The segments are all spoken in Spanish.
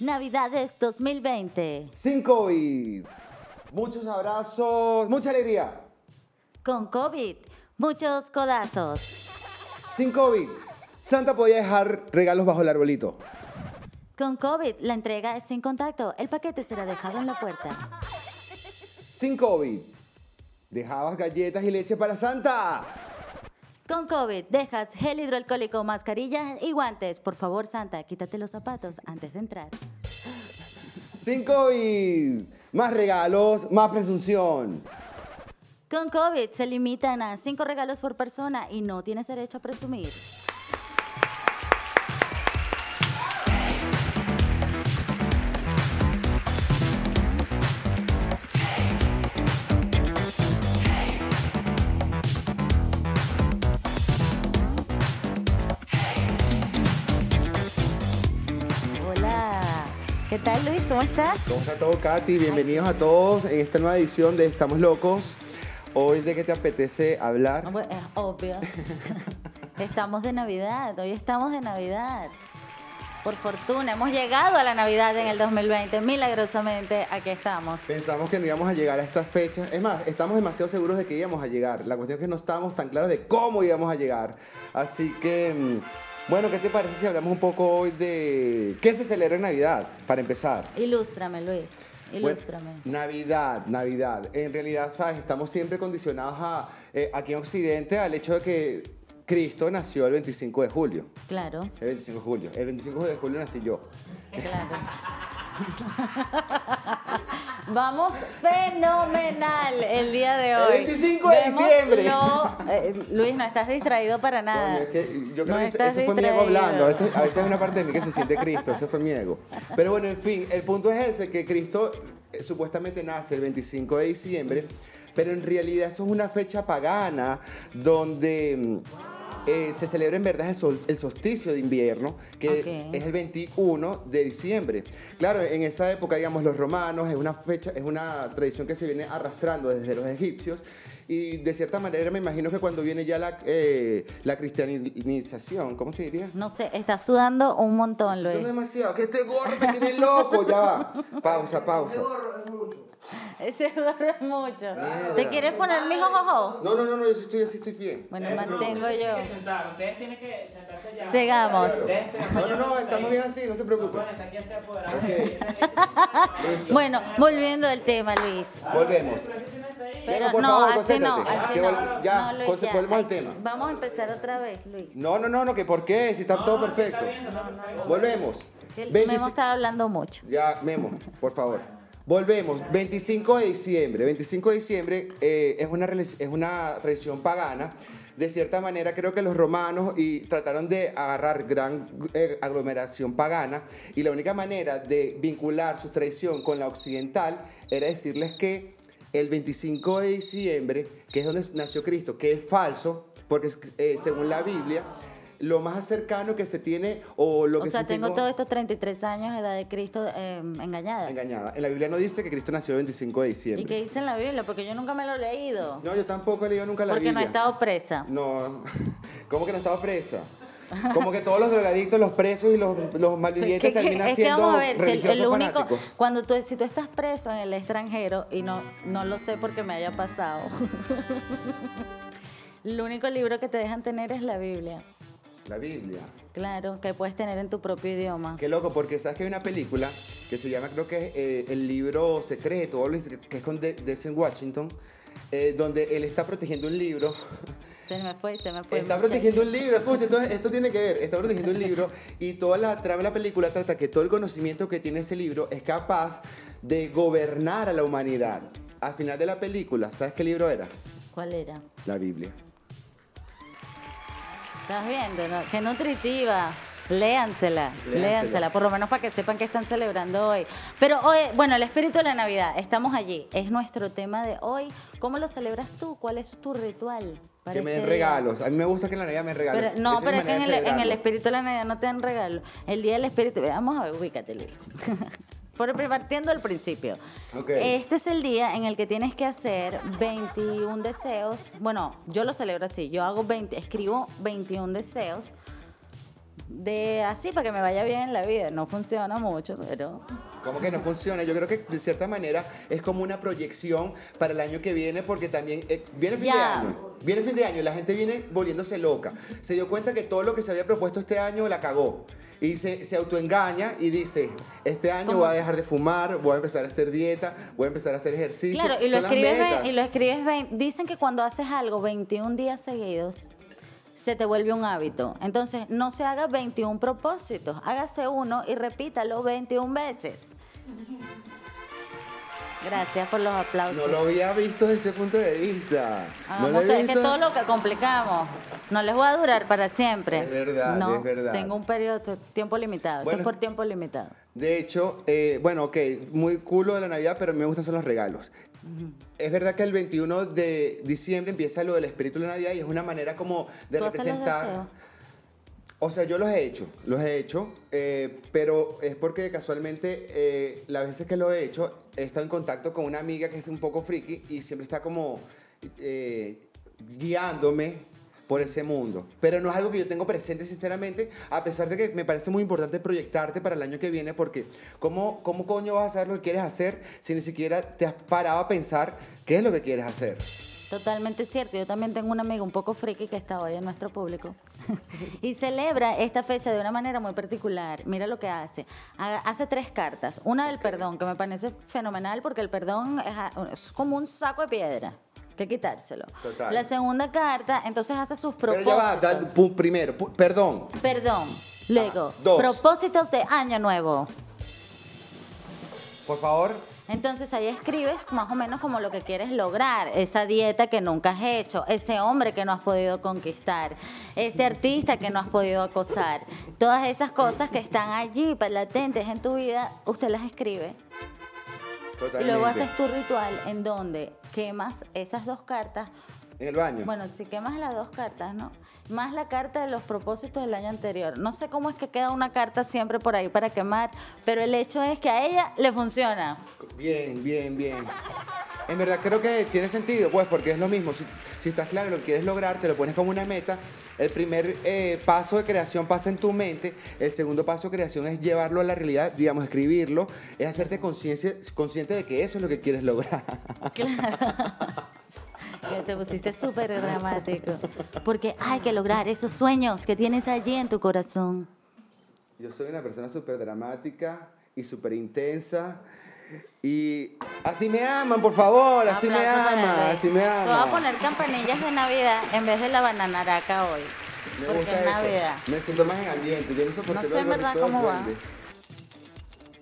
Navidades 2020. Sin COVID. Muchos abrazos, mucha alegría. Con COVID, muchos codazos. Sin COVID. Santa podía dejar regalos bajo el arbolito. Con COVID, la entrega es sin contacto. El paquete será dejado en la puerta. Sin COVID. Dejabas galletas y leche para Santa. Con COVID, dejas gel hidroalcohólico, mascarillas y guantes. Por favor, Santa, quítate los zapatos antes de entrar. Sin COVID. Más regalos, más presunción. Con COVID, se limitan a 5 regalos por persona y no tienes derecho a presumir. Hola, ¿qué tal Luis? ¿Cómo estás? ¿Cómo está todo, Katy? Bienvenidos a todos en esta nueva edición de Estamos Locos. Hoy, ¿de qué te apetece hablar? Hombre, pues, Es obvio. estamos de Navidad, hoy estamos de Navidad. Por fortuna, hemos llegado a la Navidad en el 2020, milagrosamente, aquí estamos. Pensamos que no íbamos a llegar a estas fechas. Es más, estamos demasiado seguros de que íbamos a llegar. La cuestión es que no estábamos tan claros de cómo íbamos a llegar. Así que, mm, bueno, ¿qué te parece si hablamos un poco hoy de qué se celebra en Navidad, para empezar? Ilústrame, Luis, Pues, ilústrame. Navidad, Navidad. En realidad, ¿sabes? Estamos siempre condicionados a, eh, aquí en Occidente al hecho de que Cristo nació el 25 de julio. Claro, El 25 de julio. El 25 de julio nací yo. claro. Vamos fenomenal el día de hoy. El 25 de diciembre. No, Luis, no estás distraído para nada. Coño, es que yo creo No que eso, estás eso fue mi ego distraído. hablando. Esto- a veces es una parte de mí que se siente Cristo, eso fue mi ego. Pero bueno, en fin, el punto es ese, que Cristo eh, supuestamente nace el 25 de diciembre, pero en realidad eso es una fecha pagana donde mm, eh, se celebra en verdad el, sol- el solsticio de invierno, que Ok. es el 21 de diciembre. Claro, en esa época, digamos, los romanos es una fecha, es una tradición que se viene arrastrando desde los egipcios y de cierta manera me imagino que cuando viene ya la, eh, la cristianización, ¿cómo se diría? No sé, estás sudando un montón, Son Luis. demasiado, que este gorro me tiene loco, ya va. Pausa, pausa. Ese gorro es mucho. Mira. ¿Te quieres poner mis ojos? No, no, no, no, yo sí estoy, yo sí estoy bien. Bueno, Eso, mantengo ustedes yo. tienen que sentar, Ustedes tienen que sentarse ya. Sigamos. Ustedes se No, no, no, vayan estamos bien así, no se No preocupen. pueden estar aquí así apoderados. Ok. Listo. Bueno, volviendo al tema, Luis. Volvemos. Pero por no, favor, así no, concéntrate. así Que no. vol- este ya, No, Luis, conce- ya. volvemos al tema. Vamos a empezar otra vez, Luis. No, no, no, no, que por qué, si está todo perfecto. Volvemos. Que el 25 Memo estaba hablando mucho. Ya, Memo, por favor. Volvemos, 25 de diciembre. 25 de diciembre eh, es, una, reli- es una tradición pagana. De cierta manera, creo que los romanos y trataron de agarrar gran eh, aglomeración pagana y la única manera de vincular su tradición con la occidental era decirles que el 25 de diciembre, que es donde nació Cristo, que es falso, porque eh, según la Biblia, lo más cercano que se tiene o lo O que sea, se tengo tiene- todos estos 33 años de edad de Cristo eh, engañada. engañada. En la Biblia no dice que Cristo nació el 25 de ¿Y qué diciembre. dice en la Biblia? Porque yo nunca me lo he leído. No, yo tampoco he leído nunca la porque no Biblia. he estado presa. No, ¿cómo que no estaba presa? Como que todos los drogadictos, los presos y los, los malvivientes Que- que- terminan es que siendo vamos a ver, si el, religiosos el único, fanáticos. cuando tú, si tú estás preso en el extranjero, y no, no lo sé porque me haya pasado, el único libro que te dejan tener es la Biblia, La Biblia. claro, que puedes tener en tu propio idioma. Qué loco, porque sabes que hay una película que se llama, creo que eh, El libro secreto, o algo así, que es con De- Denzel Washington, eh, donde él está protegiendo un libro Se me fue, se me fue. Está muchacho. protegiendo un libro, escucha, entonces esto tiene que ver, está protegiendo un libro y toda la trama de la película trata que todo el conocimiento que tiene ese libro es capaz de gobernar a la humanidad. Al final de la película, ¿sabes qué libro era? ¿Cuál era? La Biblia. ¿Estás viendo? no? Qué nutritiva. Léansela, Léansela. léansela, por lo menos para que sepan que están celebrando hoy. Pero hoy, bueno, el espíritu de la Navidad, estamos allí, es nuestro tema de hoy. ¿Cómo lo celebras tú? ¿Cuál es tu ritual? para que me den este día? regalos. A mí me gusta que en la Navidad me den regalos. Pero- no, Esa pero mi es que en manera el, de en el celebrarlo. espíritu de la Navidad no te dan regalo. El día del espíritu, vamos a ver, ubícate, Luis. Por partiendo del principio. Ok. Este es el día en el que tienes que hacer 21 deseos. Bueno, yo lo celebro así. Yo hago 20, escribo 21 deseos de así para que me vaya bien en la vida. No funciona mucho, pero Como que no funciona. Yo creo que de cierta manera es como una proyección para el año que viene, porque también eh, viene fin de Ya. año. Viene fin de año, y la gente viene volviéndose loca. Se dio cuenta que todo lo que se había propuesto este año la cagó. Y se, se autoengaña y dice, este año ¿Cómo? voy a dejar de fumar, voy a empezar a hacer dieta, voy a empezar a hacer ejercicio. Claro, y lo Son las escribes, ve- metas. y lo escribes, ve- dicen que cuando haces algo 21 días seguidos, se te vuelve un hábito. Entonces, no se haga 21 propósitos, hágase uno y repítalo 21 veces. Gracias por los aplausos. No lo había visto desde ese punto de vista. No Hagamos lo he ustedes que visto. todo lo que complicamos no les va a durar para siempre. Es verdad, no, es verdad. Tengo un periodo, tiempo limitado. esto Bueno. es por tiempo limitado. De hecho, eh, bueno, ok, muy culo de la Navidad, pero me gustan son los regalos. Es verdad que el 21 de diciembre empieza lo del espíritu de la Navidad y es una manera como de ¿Tú haces los representar. deseos? O sea, yo los he hecho, los he hecho, eh, pero es porque casualmente eh, las veces que lo he hecho he estado en contacto con una amiga que es un poco friki y siempre está como eh, guiándome por ese mundo. Pero no es algo que yo tengo presente, sinceramente, a pesar de que me parece muy importante proyectarte para el año que viene, porque ¿cómo, cómo coño vas a saber lo que quieres hacer si ni siquiera te has parado a pensar qué es lo que quieres hacer? Totalmente cierto. Yo también tengo un amigo un poco friki que está hoy en nuestro público y celebra esta fecha de una manera muy particular. Mira lo que hace. Ha- Hace tres cartas. Una del perdón, que me parece fenomenal porque el perdón es, a- es como un saco de piedra. Hay que quitárselo. Total. La segunda carta, entonces hace sus Pero propósitos. ya va, dale, pum, primero, pu- perdón, Perdón. Luego, Ajá, dos. propósitos de año nuevo. por favor. Entonces ahí escribes más o menos como lo que quieres lograr, esa dieta que nunca has hecho, ese hombre que no has podido conquistar, ese artista que no has podido acosar, todas esas cosas que están allí pa- latentes en tu vida, usted las escribe y luego Totalmente. haces tu ritual en donde quemas esas dos cartas. En el baño. Bueno, si quemas las dos cartas, ¿no? Más la carta de los propósitos del año anterior. No sé cómo es que queda una carta siempre por ahí para quemar, pero el hecho es que a ella le funciona. Bien, bien, bien. En verdad creo que tiene sentido, pues, porque es lo mismo. Si, si estás claro lo que quieres lograr, te lo pones como una meta. El primer eh, paso de creación pasa en tu mente. El segundo paso de creación es llevarlo a la realidad, digamos, escribirlo. Es hacerte conciencia- consciente de que eso es lo que quieres lograr. Ya te pusiste súper dramático. Porque hay que lograr esos sueños que tienes allí en tu corazón. Yo soy una persona súper dramática y súper intensa. Y así me aman, por favor, así me Aplauso para aman, Luis. así me Te voy a aman. poner campanillas de Navidad en vez de la bananaraca hoy. Me porque gusta es eso. Navidad. Me siento más en ambiente. Yo no sé por No qué sé los en verdad gorritos cómo va. duendes.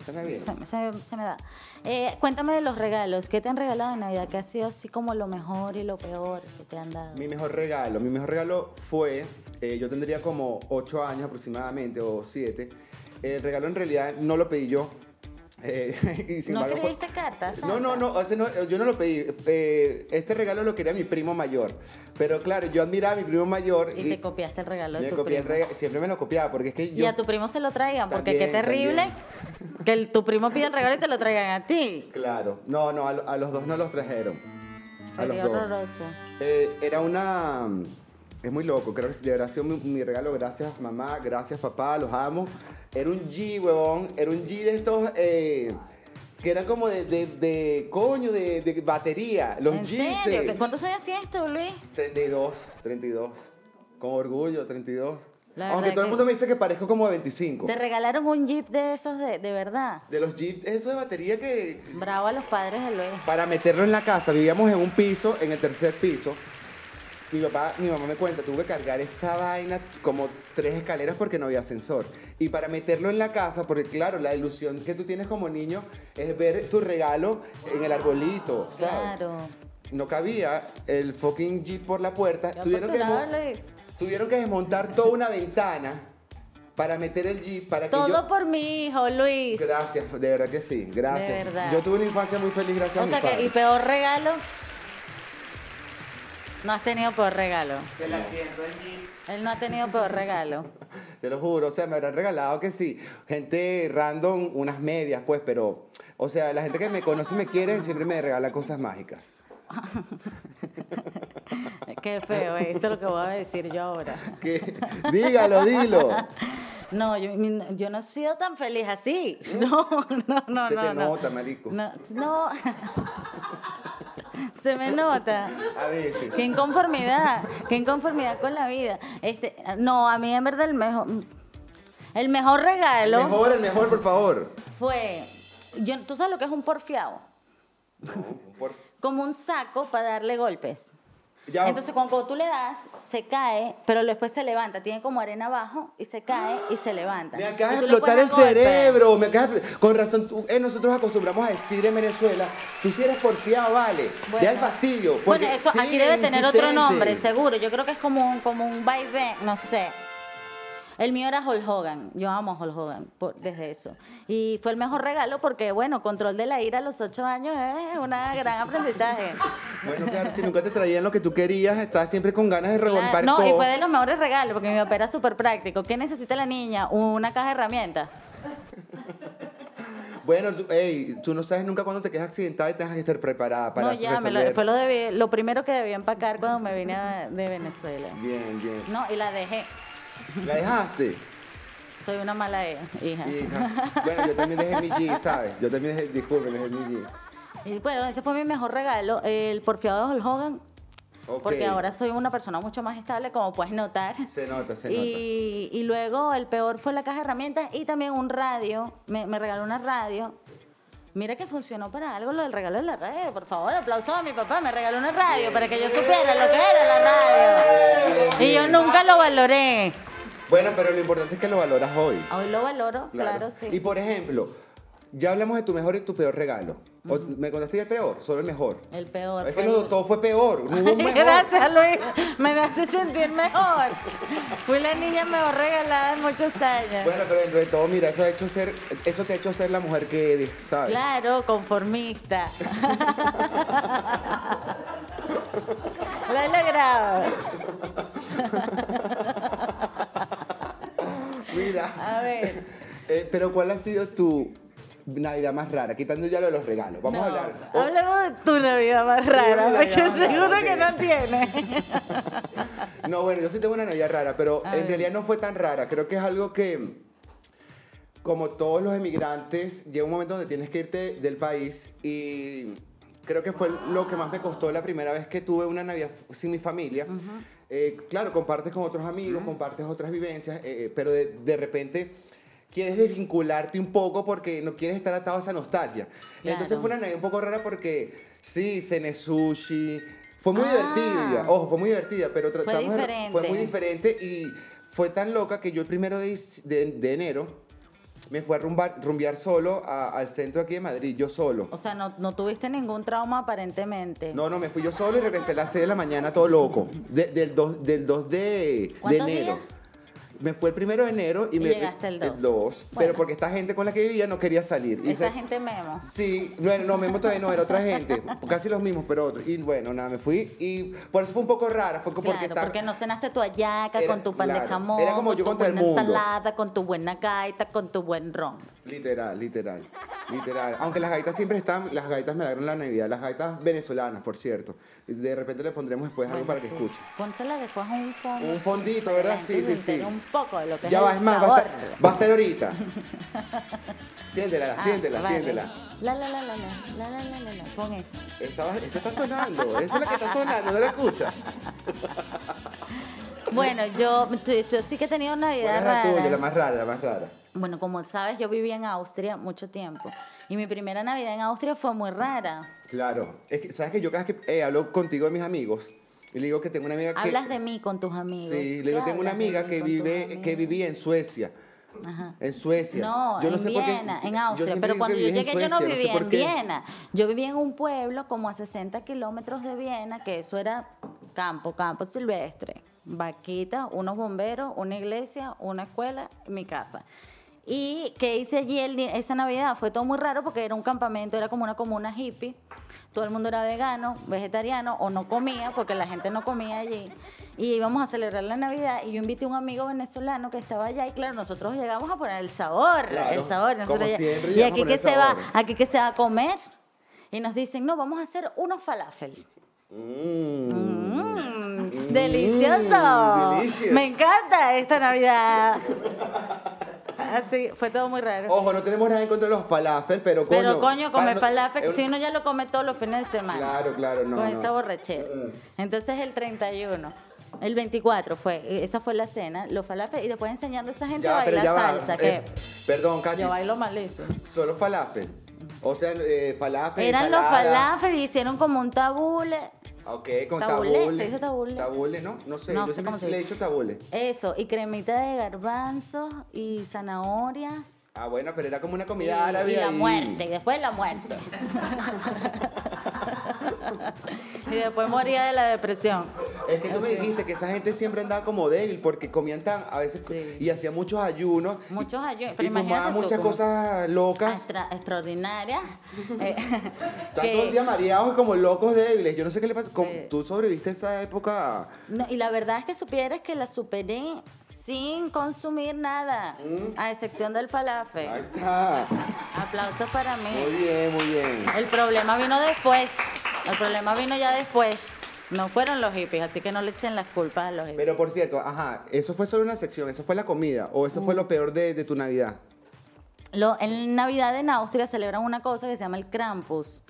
¿Están bien? Se, se- se me da. Eh, cuéntame de los regalos. ¿Qué te han regalado en Navidad? ¿Qué ha sido así como lo mejor y lo peor que te han dado? Mi mejor regalo, mi mejor regalo fue, eh, yo tendría como 8 años aproximadamente o 7. El regalo en realidad no lo pedí yo. eh, y sin ¿No embargo, fue- escribiste cartas? No, no, no, o sea, no, yo no lo pedí. Eh, este regalo lo quería mi primo mayor. Pero claro, yo admiraba a mi primo mayor Y te copiaste el regalo de me tu copié el primo. rega- siempre me lo copiaba porque es que Y yo a tu primo se lo traigan, porque qué También, terrible que el- tu primo pida el regalo y te lo traigan a ti. Claro, no, no, a, lo- a los dos no los trajeron. A los Sería dos. horroroso. Eh, era una. mm, Es muy loco, creo que de sido mi, mi regalo. Gracias, mamá, gracias, papá, los amo. Era un G, huevón. Era un G de estos. eh, que era como de, de- de coño, de, de batería. Los eh, ¿En Gs. serio? ¿Qué- ¿Cuántos años tienes tú, Luis? 32, 32. Con orgullo, 32. La Aunque verdad todo el que- mundo me dice que parezco como de 25. Te regalaron un jeep de esos de, de verdad. De los G, eso de batería que, Bravo a los padres de Luis. para meterlo en la casa. Vivíamos en un piso, en el tercer piso. Mi papá, mi mamá me cuenta, tuve que cargar esta vaina como tres escaleras porque no había ascensor. Y para meterlo en la casa, porque claro, la ilusión que tú tienes como niño es ver tu regalo en el arbolito, ¿sabes? Claro. No cabía el fucking jeep por la puerta. Qué Tuvieron que, afortunado, desmo- Luis. tuvieron que desmontar toda una ventana para meter el jeep para que yo... Todo por mi hijo, Luis. Gracias, de verdad que sí, gracias. De verdad. Yo tuve una infancia muy feliz gracias a O mis sea que, padres. ¿y peor regalo? No has tenido peor regalo. Del asiento del jeep. Él no ha tenido peor regalo. Te lo juro, o sea, me habrán regalado que sí, gente random, unas medias, pues, pero, o sea, la gente que me conoce y me quiere siempre me regala cosas mágicas. Qué feo, eh, esto es lo que voy a decir yo ahora. ¿Qué? Dígalo, dilo. No, yo, mi- yo no he sido tan feliz así. No, no, no, ¿Eh? Se te no. no. nota, marico. No, no. Se me nota. A este, veces. Qué inconformidad, qué inconformidad con la vida. Este, no, a mí en verdad el mejor, el mejor El regalo mejor, el mejor, por favor. fue, yo, ¿tú sabes lo que es un porfiado? Por- Como un saco para darle golpes. Ya. Entonces cuando, cuando tú le das, se cae, pero después se levanta. Tiene como arena abajo y se cae y se levanta. Me Y acaba de tú le explotar el puedes dar golpes. cerebro. Me acaba de- Con razón, tú- eh, nosotros acostumbramos a decir en Venezuela, tú si eres porfiado, vale. Bueno. ya el fastidio. porque Bueno, eso aquí sigue debe tener otro insistente. nombre, seguro. Yo creo que es como un, como un vaivén, no sé. El mío era Hulk Hogan. Yo amo a Hulk Hogan por- desde eso. Y fue el mejor regalo porque, bueno, control de la ira a los ocho años es una gran aprendizaje. Bueno, claro, si nunca te traían lo que tú querías, estás siempre con ganas de revolver Claro. No, y todo. fue de los mejores regalos porque mi papá era súper práctico. ¿Qué necesita la niña? Una caja de herramientas. Bueno, tú, ey, tú no sabes nunca cuándo te quedas accidentada y tengas que estar preparada para no, ya, me lo- resolver. fue lo, debí- lo primero que debí empacar cuando me vine a- de Venezuela. Bien, bien. No, y la dejé. ¿La dejaste? Soy una mala hija. Hija. Bueno, yo también dejé mi G, ¿sabes? Yo también dejé, disculpen, dejé mi G. Y bueno, ese fue mi mejor regalo, el porfiado de Hulk Hogan, Ok. porque ahora soy una persona mucho más estable, como puedes notar. Se nota, se nota. Y, y luego el peor fue la caja de herramientas y también un radio, me, me regaló una radio. Mira que funcionó para algo lo del regalo de la radio, por favor, aplauso a mi papá, me regaló una radio para que yo supiera lo que era la radio. Y yo nunca lo valoré. Bueno, pero lo importante es que lo valoras hoy. Hoy lo valoro, claro, Y sí. por ejemplo, ya hablamos de tu mejor y tu peor regalo. O- ¿Me contaste el peor? Solo el mejor. El peor. es que fue lo el- todo fue peor. No hubo un mejor. Gracias, Luis. Me hace sentir mejor. Fui la niña mejor regalada en muchos años. Bueno, pero dentro de todo, mira, eso, ha hecho ser, eso te ha hecho ser la mujer que eres, ¿sabes? Claro, conformista. Lo he logrado. Mira. A ver. Eh, pero ¿cuál ha sido tu Navidad más rara? Quitando ya lo de los regalos. Vamos No, a hablar. Oh. o- Hablemos de tu Navidad más de la rara, Navidad porque más rara, seguro que ok. no tiene. No, bueno, yo sí tengo una Navidad rara, pero A en ver. realidad no fue tan rara. Creo que es algo que, como todos los emigrantes, llega un momento donde tienes que irte del país y creo que fue lo que más me costó la primera vez que tuve una Navidad sin mi familia. Eh, claro, compartes con otros amigos, compartes otras vivencias, eh, pero de, de repente quieres desvincularte un poco porque no quieres estar atado a esa nostalgia. Entonces Claro. fue una Navidad un poco rara porque sí, cené sushi. Fue muy Ah. divertida, ojo, fue muy divertida, pero Fue tratamos de- fue diferente. muy diferente y fue tan loca que yo el primero de, dic- de- de enero me fui a rumbar- rumbear solo a- al centro aquí de Madrid, yo solo. O sea, no, no tuviste ningún trauma aparentemente. No, no, me fui yo solo y regresé a las 6 de la mañana todo loco. De- del 2 del dos de, de ¿Cuántos enero. días? Me fue el primero de enero y, Y me llegaste el dos. dos, Bueno. Pero porque esta gente con la que vivía no quería salir. Y Esa se- gente memo. Sí, no, era- no, Memo todavía no, era otra gente, casi los mismos, pero otros. Y bueno, nada, me fui y por eso fue un poco rara, fue porque Claro, estaba- porque no cenaste tu hallaca Era- con tu pan de claro, jamón, era como con yo tu contra el buena mundo. ensalada, con tu buena gaita, con tu buen ron. Literal, literal, literal. Aunque las gaitas siempre están, las gaitas me alegran la Navidad, las gaitas venezolanas, por cierto. De repente le pondremos después algo para que sí. escuche. Pónsela después a un fondo. Un fondito, ¿verdad? Para que Sí, la sí, gente se sí. entere Un poco de lo que Ya es va, el es más, va a sabor. estar, va a estar ahorita. Siéntela, Ah, siéntela, vale. siéntela. La la la la la la la la la. Pon eso. Esa, esa está sonando, esa es la que está sonando, no la escucha. Bueno, yo, tú- yo sí que he tenido ¿Cuál Navidad es la rara. tuya, la más rara, la más rara? Bueno, como sabes, yo viví en Austria mucho tiempo. Y mi primera Navidad en Austria fue muy rara. Claro. Es que, ¿sabes que Yo cada vez que eh, hablo contigo de mis amigos y le digo que tengo una amiga que... Hablas de mí con tus amigos. Sí, le ¿Qué digo, tengo una hablas de amiga mí que con tus vive, que amigos? vivía en Suecia. Ajá. En Suecia. No, Yo en por qué- Viena, en yo Austria. siempre Pero digo cuando que yo viví llegué yo no Suecia, sé vivía por en qué. Viena. Yo vivía en un pueblo como a 60 kilómetros de Viena, que eso era campo, campo silvestre. Vaquita, unos bomberos, una iglesia, una escuela, mi casa. Y que hice allí el di- esa Navidad fue todo muy raro porque era un campamento, era como una comuna hippie. Todo el mundo era vegano, vegetariano o no comía porque la gente no comía allí. Y íbamos a celebrar la Navidad y yo invité a un amigo venezolano que estaba allá y claro, nosotros llegamos a poner el sabor, Claro, el sabor. como nosotros ya- siempre, y llegamos a aquí poner que el se va, sabor. aquí que se va a comer. Y nos dicen, no, vamos a hacer unos falafel. Mm. Mm, Delicioso. Mm, delicious. Me encanta esta Navidad. Así, fue todo muy raro. Ojo, no tenemos nada en contra de los falafel, pero Oh, coño. Pero coño, come para- no- falafel, es si un- uno ya lo come todos los fines de semana. Claro, claro, no, Con no. Mm. esa borrachera. Entonces el 31, el 24 fue, esa fue la cena, los falafel, y después enseñando a esa gente Ya, a pero bailar ya va, salsa, eh, que perdón, Katy. yo bailo mal eso. Solo falafel. O sea, eh, falafel. Eran los ensalada. falafel y hicieron como un tabule. Ok, con Tabulé, tabule. se dice tabulé. Tabule, ¿no? No sé, No yo sé siempre cómo se le he dice. dicho tabule. Eso, y cremita de garbanzos y zanahorias. Ah, bueno, pero era como una Y, comida árabe. y la ahí. muerte, y después la muerte. y después moría de la depresión. Es que tú me dijiste que esa gente siempre andaba como débil porque comían tan, a veces, Sí. y hacía muchos ayunos. Muchos ayunos, Y, pero y fumaban imagínate tú, muchas como- cosas locas. Extra- extraordinarias. eh, Están que- todo el día mareados y como locos débiles. Yo no sé qué le pasa. ¿Cómo- Sí. Tú sobreviviste a esa época. No, y la verdad es que supieras que la superé sin consumir nada, Mm. a excepción del falafel. Ahí está. Aplausos para Muy mí. bien, muy bien. El problema vino después. El problema vino ya después. No fueron los hippies, así que no le echen las culpas a los hippies. Pero por cierto, ajá, eso fue solo una sección, eso fue la comida, o eso Mm. fue lo peor de, de tu Navidad. Lo- en Navidad en Austria celebran una cosa que se llama el Krampus.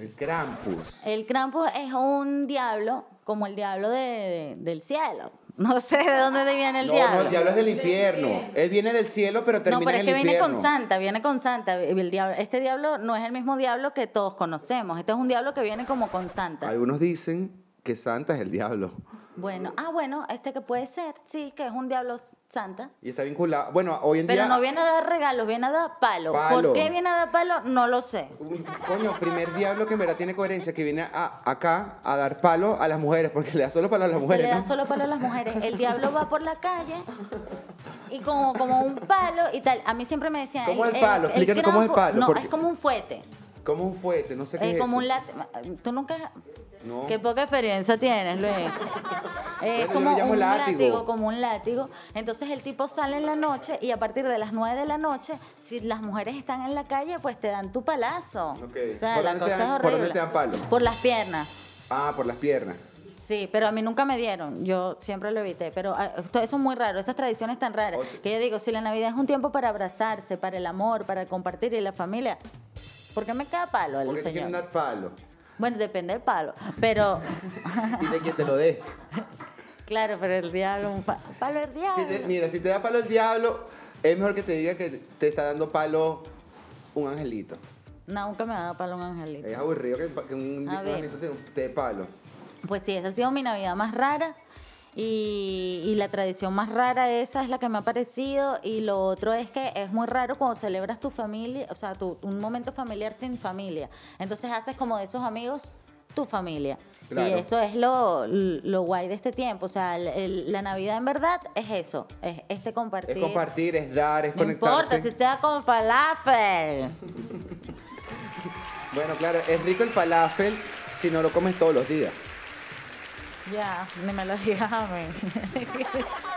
El Krampus. El Krampus es un diablo, como el diablo de- de- del cielo. No sé de dónde viene el no, diablo. no, el diablo es del infierno. Él viene del cielo, pero termina No, pero es en el que viene con infierno. Santa, viene con Santa. El diablo- este diablo no es el mismo diablo que todos conocemos. Este es un diablo que viene como con Santa. Algunos dicen que Santa es el diablo. Bueno, ah, bueno, este que puede ser, sí, que es un diablo Santa. Y está vinculado. Bueno, hoy en Pero día. no viene a dar regalos, viene a dar palo. ¿Por Palo. qué viene a dar palo? No lo sé. Un- Coño, primer diablo que en verdad tiene coherencia, que viene a- acá a dar palo a las mujeres, porque le da solo palo a las Se le mujeres. da ¿no? solo palo a las mujeres. El diablo va por la calle y como, como un palo y tal. A mí siempre me decían... ¿Cómo es el palo? Explícanos cómo es el Krampus- palo, No, porque- es como un fuete. Como un fuete, no sé qué Es es. como un eso. latte. Tú nunca... No. Qué poca experiencia tienes, Luis. yo Es lo como llamo un látigo. látigo. como un látigo. Entonces el tipo sale en la noche y a partir de las 9 de la noche, si las mujeres están en la calle, pues te dan tu palazo. Ok. O sea, ¿Por la dónde te cosa es dan- por horrible. dónde te dan palo? Por las piernas. Ah, por las piernas. Sí, pero a mí nunca me dieron, yo siempre lo evité, pero ah, esto- eso es muy raro, esas tradiciones tan raras, O sea- que yo digo, si la Navidad es un tiempo para abrazarse, para el amor, para compartir y la familia, ¿por qué me queda palo el Porque te quieren señor? dar palo. Bueno, depende del palo, pero Y de quien te lo dé. Claro, pero el diablo, un pa- palo el Si diablo. te- mira, si te da palo el diablo, es mejor que te diga que te está dando palo un angelito. No, nunca me ha dado palo un angelito. Es aburrido que, que un, un A ver. angelito te, te dé palo. Pues sí, esa ha sido mi Navidad más rara. Y, y la tradición más rara esa es la que me ha parecido. Y lo otro es que es muy raro cuando celebras tu familia, o sea, tu, un momento familiar sin familia. Entonces haces como de esos amigos tu familia. Y Claro. eso es lo, lo guay de este tiempo. O sea, el- el- la Navidad en verdad es eso, es este compartir. Es compartir, es dar, es No conectarte. importa si sea con falafel. Bueno, claro, es rico el falafel si no lo comes todos los días. Ya, ni me lo digas a mí.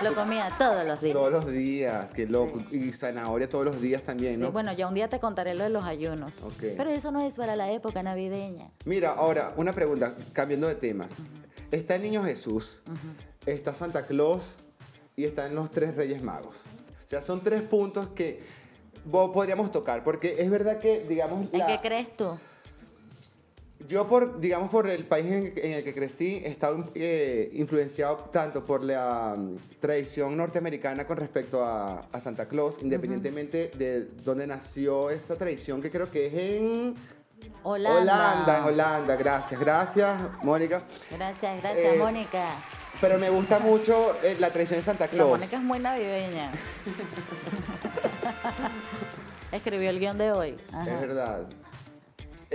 lo comía todos los días. Todos los días, qué loco. Y zanahoria todos los días también, ¿no? Sí, bueno, ya un día te contaré lo de los ayunos. Ok. Pero eso no es para la época navideña. Mira, ahora, una pregunta, cambiando de tema. Está el niño Jesús, está Santa Claus y están los tres Reyes Magos. O sea, son tres puntos que bo- podríamos tocar, porque es verdad que, digamos, ¿En la- qué crees tú? yo por, digamos, por el país en, en el que crecí, he estado eh, influenciado tanto por la mm, tradición norteamericana con respecto a, a Santa Claus, independientemente de dónde nació esa tradición, que creo que es en Holanda. Holanda, en Holanda. Gracias, gracias, Mónica. Gracias, gracias, Eh, Mónica. Pero me gusta mucho eh, la tradición de Santa La Claus. Mónica es muy navideña. Escribió el guión de hoy. Ajá. Es verdad.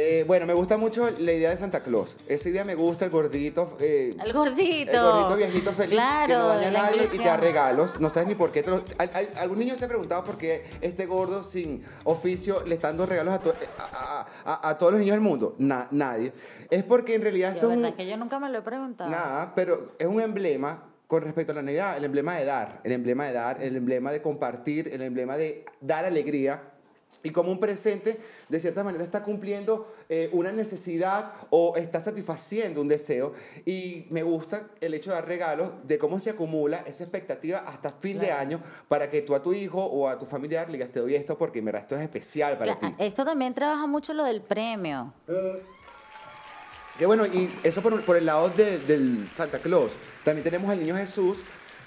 Eh, bueno, me gusta mucho la idea de Santa Claus. Esa idea me gusta, el gordito. eh, El gordito. El gordito viejito feliz que no Claro, daña a la nadie y te da inclusión. regalos. No sabes ni por qué. te lo- al- al- algún niño se ha preguntado por qué este gordo sin oficio le está dando regalos a, to- a- a- a- a todos los niños del mundo. Na- nadie. Es porque en realidad La esto es un- verdad es que yo nunca me lo he preguntado. Nada, pero es un emblema con respecto a la Navidad, el emblema de dar, el emblema de dar, el emblema de compartir, el emblema de dar alegría. y como un presente, de cierta manera, está cumpliendo eh, una necesidad o está satisfaciendo un deseo. Y me gusta el hecho de dar regalos, de cómo se acumula esa expectativa hasta fin de año para que tú a tu hijo o a tu familiar le digas, te doy esto porque mira, esto es especial para Cla- ti. Esto también trabaja mucho lo del premio. Que bueno, y eso por, por el lado de- del Santa Claus. También tenemos al niño Jesús,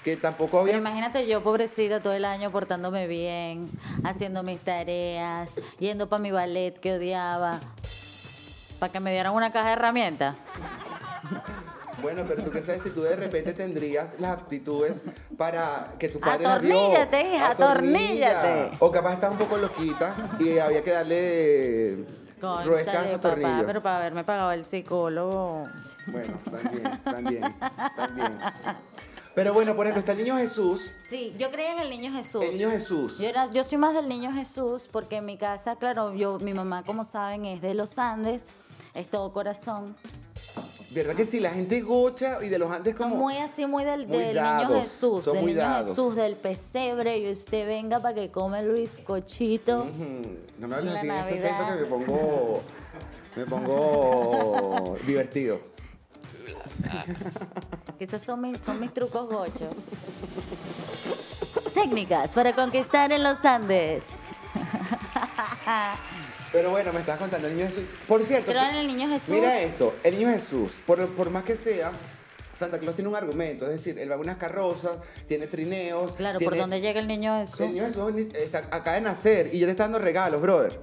que tampoco Pero había... imagínate yo, pobrecita, todo el año portándome bien, haciendo mis tareas, yendo para mi ballet que odiaba, para que me dieran una caja de herramientas. Bueno, pero tú qué sabes si tú de repente tendrías las aptitudes para que tu padre la Atorníllate, vio. hija, Atornilla. atorníllate. O capaz estás un poco loquita y había que darle Cónchale, ruescas a su papá, tornillo. pero para haberme pagado el psicólogo. Bueno, también, también, también. Pero bueno, por ejemplo, está el niño Jesús. Sí, yo creía en el niño Jesús. El niño Jesús. Yo, era- yo soy más del niño Jesús porque en mi casa, claro, yo, mi mamá, como saben, es de los Andes, es todo corazón. ¿Verdad que sí? La gente gocha y de los Andes Son como... muy así, muy del, muy del dados, niño Jesús, son del muy niño dados. Jesús, del pesebre, y usted venga para que come el bizcochito. Ujú. No me hables La así en ese Navidad. acento que me pongo... Me pongo divertido. Que esos son mis, son mis trucos gocho. Técnicas para conquistar en los Andes. Pero bueno, me estás contando el niño Jesús. Por cierto, Pero en el niño Jesús. Mira esto, el niño Jesús, por, por más que sea, Santa Claus tiene un argumento, es decir, él va en unas carrozas, tiene trineos. claro, tiene- por donde llega el niño Jesús. El niño Jesús ni- está- acaba de nacer y ya te está dando regalos, brother.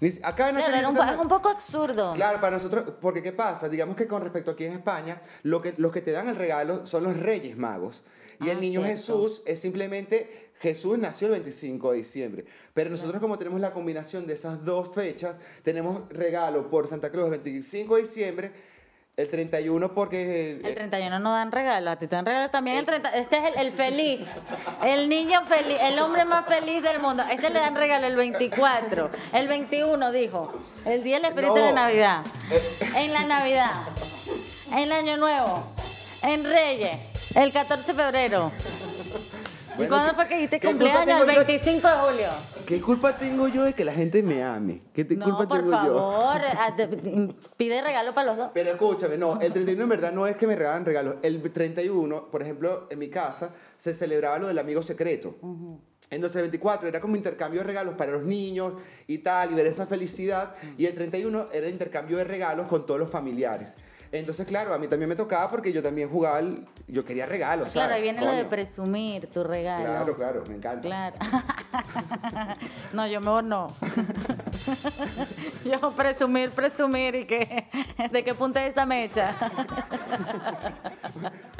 Ni- Acaba de nacer. Claro, y era ya un, po- te está es dando- un poco absurdo. Claro, para nosotros, porque ¿qué pasa? Digamos que con respecto aquí en España, lo que, los que te dan el regalo son los Reyes Magos. Y Ah, el niño cierto. Jesús es simplemente, Jesús nació el 25 de diciembre. Pero nosotros como tenemos la combinación de esas dos fechas, tenemos regalo por Santa Claus el 25 de diciembre, el 31 porque... El 31 no dan regalo, a ti te dan regalo también el 30. Este es el, el feliz, el niño feliz, el hombre más feliz del mundo. A Este le dan regalo el 24, el 21 dijo, el día del espíritu de No. Navidad, Eh. en la Navidad, en el Año Nuevo, en Reyes, el 14 de febrero. ¿Y eh, Bueno, cuándo ¿qué- fue que dijiste qué culpa cumpleaños? El tengo yo? 25 de julio. ¿Qué culpa tengo yo de que la gente me ame? ¿Qué te- No, culpa por tengo yo? favor, a- te- pide regalo para los dos. Pero escúchame, no, el 31 en verdad no es que me regalan regalos. El 31, por ejemplo, en mi casa se celebraba lo del amigo secreto. Entonces el 24 era como intercambio de regalos para los niños y tal, y ver esa felicidad. Y el 31 era intercambio de regalos con todos los familiares. Entonces, claro, a mí también me tocaba porque yo también jugaba, el- yo quería regalos. Claro, ¿sabes? ahí viene lo de Coño. presumir tu regalo. Claro, claro, me encanta. Claro. No, yo mejor no. Yo presumir, presumir y que de qué punta es esa mecha.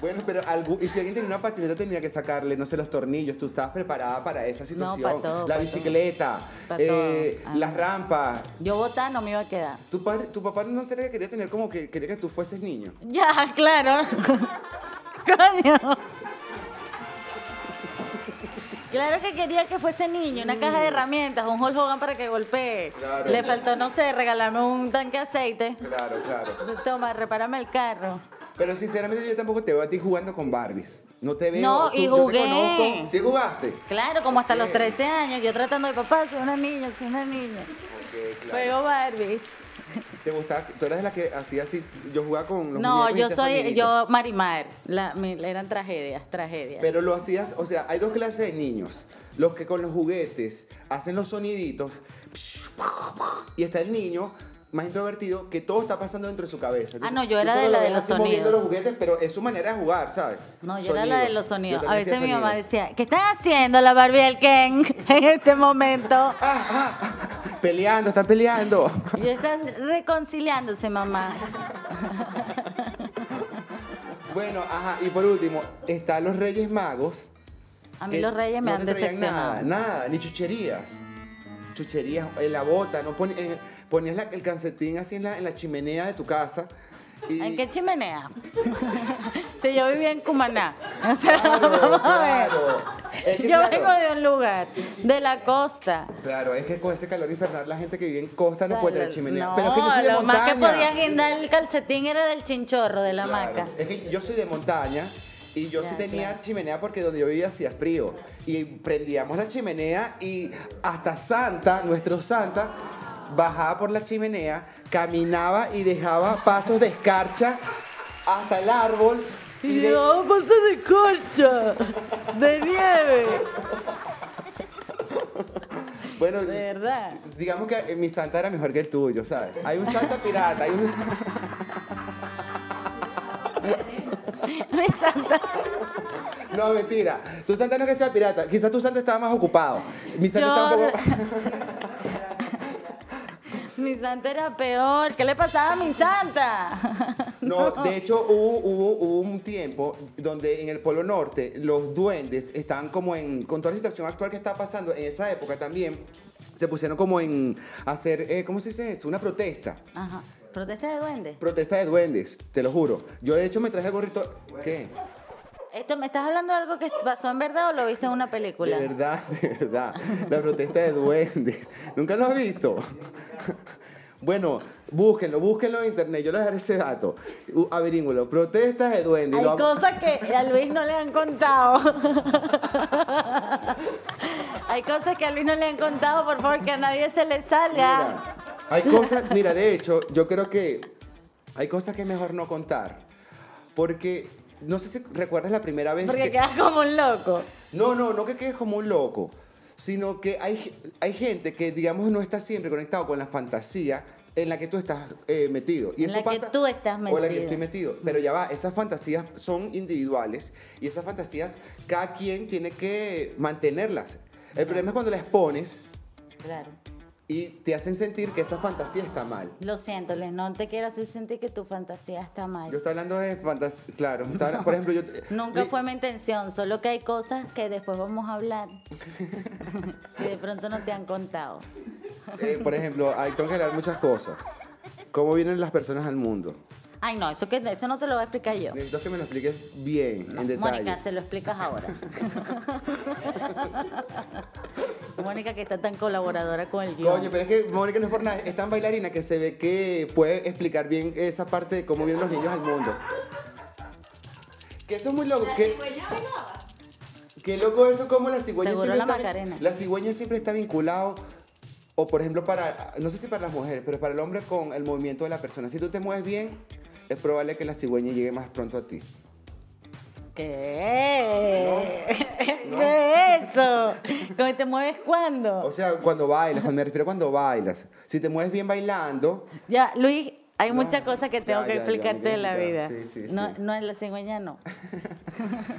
Bueno, pero algu- y si alguien tenía una patineta tenía que sacarle, no sé, los tornillos. Tú estabas preparada para esa situación. pa' todo, la pa' bicicleta, Pa' eh, todo. Ah. las rampas. Yo votar no me iba a quedar. Tu, padre- tu papá no sería que quería tener como que quería que tú fueses niño. Ya, claro. Coño. Claro que quería que fuese niño, una caja de herramientas, un Hulk Hogan para que golpee. Mm. Claro. Le faltó, no sé, regalarme un tanque de aceite. Claro, claro. Toma, repárame el carro. Pero sinceramente yo tampoco te veo a ti jugando con Barbies. No te veo. No, tú- y yo te jugué. conozco. ¿Sí jugaste? Claro, como hasta los Bien. 13 años, yo tratando de papá, soy una niña, soy una niña. Ok, Juego Barbie. ¿Te gustaba? ¿Tú eras de las que hacía así? Yo jugaba con los No, muñecos y yo hacías soy, amiguitos. yo, Marimar. La, mi- eran tragedias, tragedias. Pero lo hacías, o sea, hay dos clases de niños. Los que con los juguetes hacen los soniditos. Y está el niño más introvertido que todo está pasando dentro de su cabeza. Ah, no, yo Tú era solo de la lo de ves los así moviendo sonidos. los juguetes, pero es su manera de jugar, ¿sabes? no, yo era la de los sonidos. Yo A también veces mi hacía mamá sonidos. decía, ¿qué están haciendo la Barbie y el Ken en este momento? Ah, ah, peleando, están peleando. Y están reconciliándose, mamá. Bueno, ajá, y por último, están los Reyes Magos. A mí que los reyes me Eh, no han te traían decepcionado. Nada, nada, ni chucherías. Chucherías, en la bota, no pon- eh, ponías la- el calcetín así en la, en la chimenea de tu casa. Y, ¿En qué chimenea? si yo vivía en Cumaná. O sea, Claro, vamos a ver. claro. Es que yo claro. vengo de un lugar, de la costa. Claro, es que con ese calor infernal la gente que vive en costa no puede tener chimenea. No, pero es que yo soy de lo montaña. más que podía guindar el calcetín era del chinchorro, de la Claro, hamaca. Es que yo soy de montaña Y yo Ya, sí tenía claro. chimenea porque donde yo vivía hacía frío. Y prendíamos la chimenea y hasta Santa, nuestro Santa, bajaba por la chimenea, caminaba y dejaba pasos de escarcha hasta el árbol. Y de- "Oh, pasa de colcha, de nieve. bueno, De verdad. digamos que eh, mi Santa era mejor que el tuyo, ¿sabes? Hay un Santa pirata, hay un... Mi santa. No, mentira. Tu Santa no es que sea pirata. Quizás tu Santa estaba más ocupado. Mi Santa estaba un Yo- poco... Mi santa era peor. ¿Qué le pasaba a mi santa? No, de hecho hubo, hubo- hubo un tiempo donde en el Polo Norte los duendes estaban como en, con toda la situación actual que está pasando, en esa época también se pusieron como en hacer, eh, ¿cómo se dice eso? Una protesta. Ajá. Protesta de duendes. Protesta de duendes, te lo juro. Yo de hecho me traje el gorrito... ¿Qué? Esto, ¿Me estás hablando de algo que pasó en verdad o lo viste en una película? De verdad, de verdad. La protesta de duendes. ¿Nunca lo has visto? Bueno, búsquenlo, búsquenlo en internet. Yo les daré ese dato. U- Averíngüenlo. Protestas de duendes. Hay Lo- cosas que a Luis no le han contado. Hay cosas que a Luis no le han contado, por favor, que a nadie se le salga. Mira, hay cosas, mira, de hecho, yo creo que hay cosas que es mejor no contar. Porque no sé si recuerdas la primera vez Porque que- quedas como un loco. No, no, no que quedes como un loco, sino que hay, hay gente que, digamos, no está siempre conectado con la fantasía en la que tú estás eh, metido. Y En eso la que pasa- tú estás O en la que yo metido. estoy metido. Pero ya va, esas fantasías son individuales y esas fantasías cada quien tiene que mantenerlas. El problema es cuando las pones Claro. y te hacen sentir que esa fantasía está mal. Lo siento, Luis, no te quiero hacer sentir que tu fantasía está mal. Yo estoy hablando de fantasía, claro. estaba- Por ejemplo, yo... eh, Nunca Mi- fue mi intención, solo que hay cosas que después vamos a hablar que de pronto no te han contado. eh, por ejemplo, hay tengo que hablar muchas cosas. ¿Cómo vienen las personas al mundo? Ay, no, eso, que, eso no te lo voy a explicar yo. Necesito que me lo expliques bien, en detalle. Mónica, se lo explicas ahora. Mónica que está tan colaboradora con el guión. Coño, pero es que Mónica no es por nada, es tan bailarina que se ve que puede explicar bien esa parte de cómo vienen los niños al mundo. Que eso es muy loco. Que, qué loco eso, como la cigüeña Seguro siempre la está- Macarena. la cigüeña siempre está vinculado, o por ejemplo para, no sé si para las mujeres, pero para el hombre con el movimiento de la persona. Si tú te mueves bien, es probable que la cigüeña llegue más pronto a ti. ¿Qué? ¿Qué es eso? ¿Cómo te mueves O cuándo? sea, cuando bailas, cuando me refiero a cuando bailas. Si te mueves bien bailando, Ya, Luis, hay No, muchas cosas que ya, tengo ya, que ya, explicarte ya, de la ya. vida. Sí, sí, no, sí. no en la cigüeña no.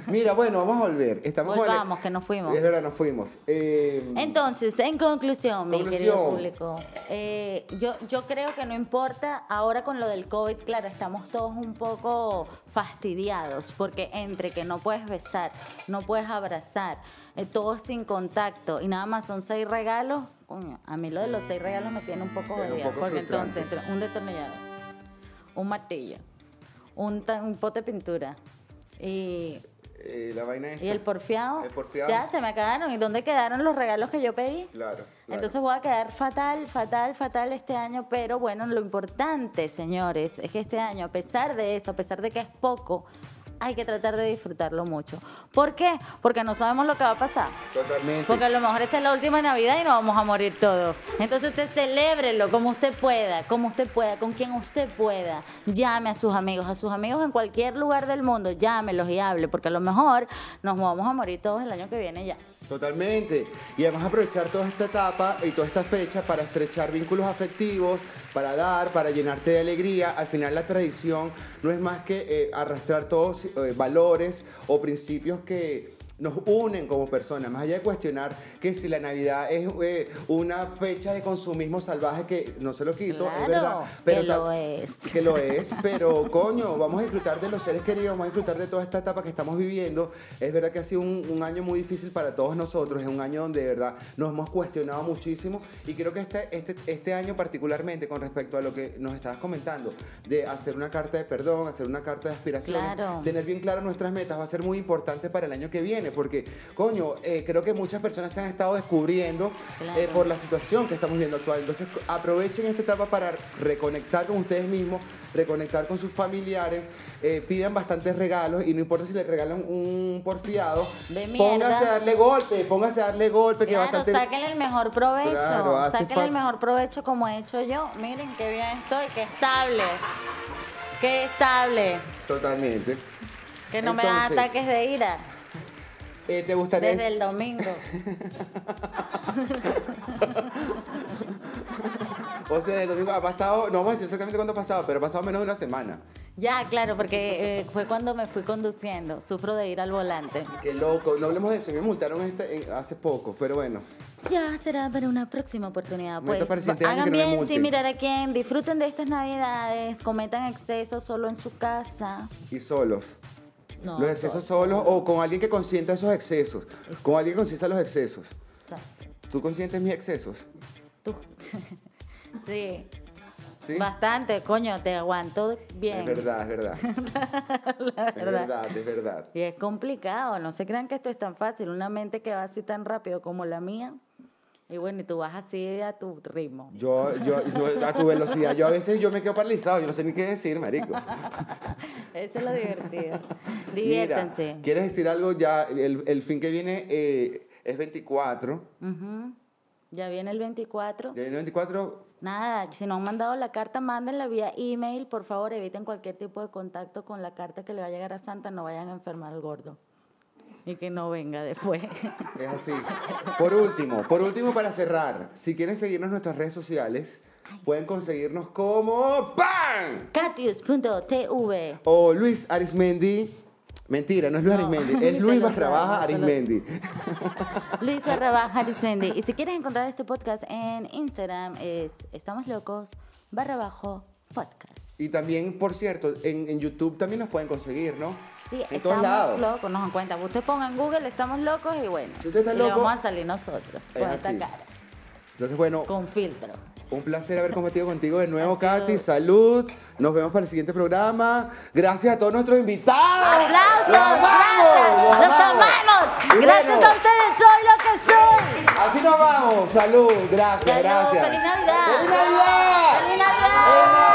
Mira, bueno, vamos a volver. Estamos Volvamos, que nos fuimos. Es verdad, nos fuimos. Eh, Entonces, en conclusión, mi querido Conclusión. público, eh, yo, yo creo que no importa, ahora con lo del COVID, claro, estamos todos un poco fastidiados, porque entre que no puedes besar, no puedes abrazar, eh, todo es sin contacto y nada más son seis regalos, coño, a mí lo de los seis regalos me tiene un poco Es un jodida, poco porque frustrante. entonces, un detornillador, un martillo, un, ta- un pote de pintura y eh, la vaina es. y el porfiado, El porfiado. Ya se me acabaron. ¿Y dónde quedaron los regalos que yo pedí? Claro. claro. Entonces voy a quedar fatal, fatal, fatal este año, pero bueno, lo importante, señores, es que este año, a pesar de eso, a pesar de que es poco, hay que tratar de disfrutarlo mucho. ¿Por qué? Porque no sabemos lo que va a pasar. Totalmente. Porque a lo mejor esta es la última Navidad y nos vamos a morir todos. Entonces usted celébrelo como usted pueda, como usted pueda, con quien usted pueda. Llame a sus amigos, a sus amigos en cualquier lugar del mundo, llámelos y hable, porque a lo mejor nos vamos a morir todos el año que viene ya. Totalmente. Y además aprovechar toda esta etapa y toda esta fecha para estrechar vínculos afectivos, para dar, para llenarte de alegría. Al final la tradición no es más que eh, arrastrar todos eh, valores o principios que nos unen como personas, más allá de cuestionar que si la Navidad es eh, una fecha de consumismo salvaje que no se lo quito, es verdad, Claro, que ta- lo es. que lo es, pero coño, vamos a disfrutar de los seres queridos, vamos a disfrutar de toda esta etapa que estamos viviendo. Es verdad que ha sido un, un año muy difícil para todos nosotros, es un año donde de verdad nos hemos cuestionado muchísimo y creo que este, este, este año particularmente con respecto a lo que nos estabas comentando, de hacer una carta de perdón, hacer una carta de aspiraciones, Claro. tener bien claro nuestras metas va a ser muy importante para el año que viene, mujeres, porque, coño, eh, creo que muchas personas se han estado descubriendo Claro. eh, por la situación que estamos viendo actual. Entonces, co- aprovechen esta etapa para reconectar con ustedes mismos, reconectar con sus familiares, eh, pidan bastantes regalos y no importa si les regalan un porfiado, De mierda. pónganse a darle golpe, pónganse a darle golpe, que Claro, bastante... sáquenle el mejor provecho. Claro, hace sáquenle el falta. mejor provecho como he hecho yo. Miren qué bien estoy, qué estable. Qué estable. Totalmente. Que no me dan Entonces, ataques de ira Eh, ¿Te gustaría...? desde el domingo. O sea, el domingo ha pasado, no vamos a decir exactamente cuándo ha pasado, pero ha pasado menos de una semana. Ya, claro, porque eh, fue cuando me fui conduciendo. Sufro de ir al volante. Qué loco, no hablemos de eso, me multaron este, en- hace poco, pero bueno. Ya será para una próxima oportunidad. Momento Pues para el siguiente año hagan que no me bien multen. sin mirar a quién. Disfruten de estas navidades. Cometan excesos solo en su casa. Y solos. No, los excesos solo. solos o con alguien que consienta esos excesos. Con alguien que consienta los excesos. O sea, ¿Tú consientes mis excesos? tú. sí. ¿Sí? Bastante, coño, te aguanto bien. Es verdad, es verdad. La es verdad, es verdad. Y es complicado, no se crean que esto es tan fácil. Una mente que va así tan rápido como la mía, y bueno, y tú vas así a tu ritmo. Yo, yo, yo- a tu velocidad, yo a veces yo me quedo paralizado, yo no sé ni qué decir, marico. Eso es lo divertido. Mira, Diviértanse. ¿quieres decir algo ya? El, el fin que viene eh, es 24. Ujú. Ya viene el 24. Ya viene 24, Nada, si no han mandado la carta, mándenla vía email. Por favor, eviten cualquier tipo de contacto con la carta que le va a llegar a Santa. No vayan a enfermar al gordo. Y que no venga después. Es así. Por último, por último para cerrar, si quieren seguirnos en nuestras redes sociales, pueden conseguirnos como ¡PAN! Catius.tv. O Luis Arismendi. Mentira, no es Luis No, Arismendi, ni es te Luis lo Barra Baja sabes, no te lo- Arismendi. Luis barra baja Arismendi. Y si quieres encontrar este podcast en Instagram, es Estamos Locos barra bajo podcast. Y también, por cierto, en, en YouTube también nos pueden conseguir, ¿no? Sí, en todos estamos lados. locos, nos dan cuenta. Usted ponga en Google Estamos Locos y bueno, Si usted está y loco, le vamos a salir nosotros es con esta así. cara, Entonces, bueno, con filtro. un placer haber compartido contigo de nuevo, Ha sido- Katy. Salud. Nos vemos para el siguiente programa. Gracias a todos nuestros invitados. ¡Aplausos! Ah, ¡Los amamos! ¡Gracias! ¡Los ¡Los amamos! Y ¡Gracias bueno, a ustedes! ¡Soy lo que soy! Así nos vamos. Salud. Gracias, Salud, gracias. ¡Feliz Navidad! ¡Feliz Navidad! ¡Feliz Navidad!